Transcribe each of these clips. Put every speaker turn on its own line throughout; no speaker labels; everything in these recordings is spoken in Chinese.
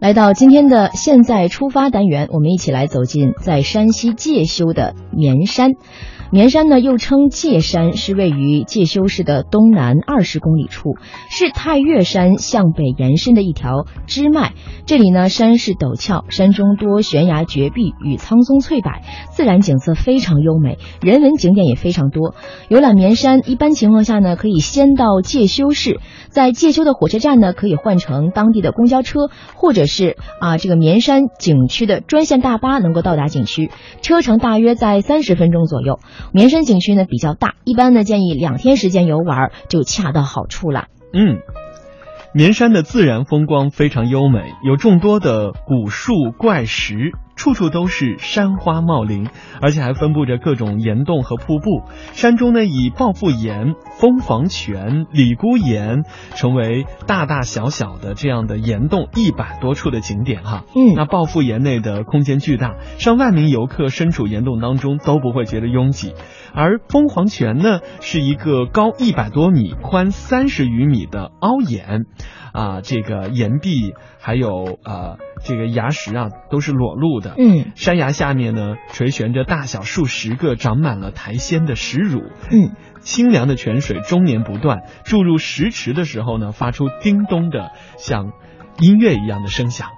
来到今天的现在出发单元，我们一起来走进在山西介休的绵山。绵山呢，又称界山，是位于介休市的东南二十公里处，是太岳山向北延伸的一条支脉。这里呢，山势陡峭，山中多悬崖绝壁与苍松翠柏，自然景色非常优美，人文景点也非常多。游览绵山，一般情况下呢，可以先到介休市，在介休的火车站呢，可以换乘当地的公交车，或者是啊这个绵山景区的专线大巴能够到达景区，车程大约在三十分钟左右。绵山景区呢比较大，一般呢建议两天时间游玩就恰到好处了。
嗯，绵山的自然风光非常优美，有众多的古树怪石，处处都是山花茂林，而且还分布着各种岩洞和瀑布。山中呢，以抱腹岩、蜂房泉、李姑岩成为大大小小的这样的岩洞一百多处的景点哈。
嗯
那抱腹岩内的空间巨大，上万名游客身处岩洞当中都不会觉得拥挤。而凤凰泉呢，是一个高一百多米、宽三十余米的凹岩，啊，这个岩壁还有呃这个崖石啊都是裸露的。
嗯
山崖下面呢，垂悬着大小数十个长满了苔藓的石乳，
嗯，
清凉的泉水终年不断，注入石池的时候呢，发出叮咚的像音乐一样的声响。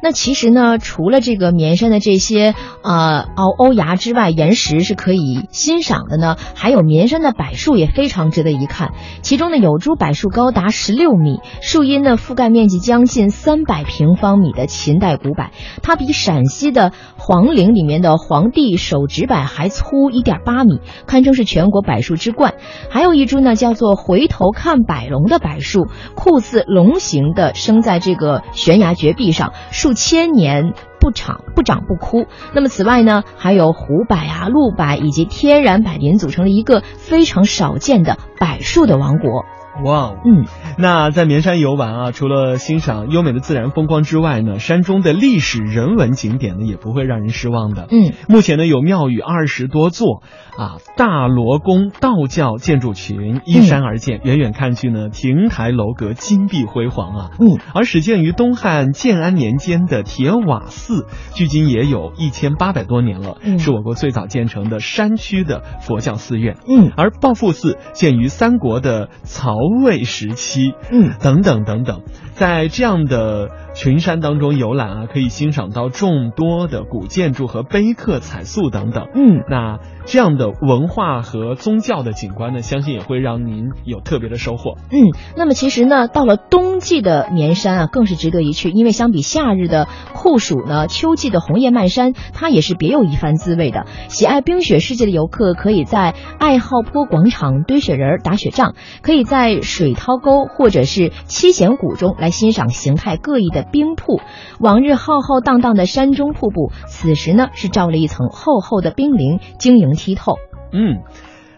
那其实呢，除了这个绵山的这些呃凹凹崖之外，岩石是可以欣赏的呢，还有绵山的柏树也非常值得一看。其中呢，有株柏树高达十六米，树荫呢覆盖面积将近三百平方米的秦代古柏，它比陕西的黄陵里面的黄帝手指柏还粗一点八米，堪称是全国柏树之冠。还有一株呢，叫做回头看柏龙的柏树，酷似龙形的生在这个悬崖绝壁上，数千年。不长不长不枯。那么此外呢，还有湖柏啊、鹿柏以及天然柏林，组成了一个非常少见的柏树的王国。
哇哦！
嗯，
那在绵山游玩啊，除了欣赏优美的自然风光之外呢，山中的历史人文景点呢也不会让人失望的。
嗯，
目前呢有庙宇二十多座，啊，大罗宫道教建筑
嗯
群依山而建，远远看去呢，亭台楼阁金碧辉煌啊。
嗯，
而始建于东汉建安年间的铁瓦寺，距今也有一千八百多年了，
嗯
是我国最早建成的山区的佛教寺院。
嗯
而抱负寺建于三国的曹魏时期，
嗯，
等等等等，在这样的群山当中游览啊，可以欣赏到众多的古建筑和碑刻、彩塑等等。
嗯，
那这样的文化和宗教的景观呢，相信也会让您有特别的收获。
嗯，那么其实呢，到了冬季的绵山啊，更是值得一去，因为相比夏日的酷暑呢，秋季的红叶漫山，它也是别有一番滋味的。喜爱冰雪世界的游客，可以在爱好坡广场堆雪人儿、打雪仗，可以在水涛沟或者是七贤谷中来欣赏形态各异的冰瀑。往日浩浩荡荡的山中瀑布，此时呢是罩了一层厚厚的冰凌，晶莹剔透。
嗯。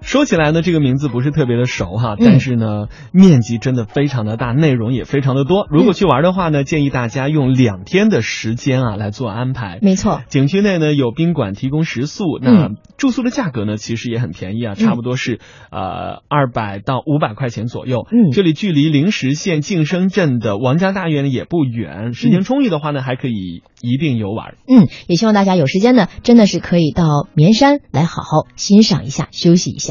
说起来呢，这个名字不是特别的熟哈，
嗯
但是呢，面积真的非常的大，内容也非常的多。如
嗯
果去玩的话呢，建议大家用两天的时间啊来做安排。
没错，嗯
景区内呢有宾馆提供食宿，那住宿的价格呢其实也很便宜啊，差不多是呃二百到五百块钱左右。
嗯
这里距离灵石县晋升镇的王家大院呢也不远，时间充裕的话呢还可以一并游玩。
嗯，也希望大家有时间呢，真的是可以到绵山来好好欣赏一下，休息一下。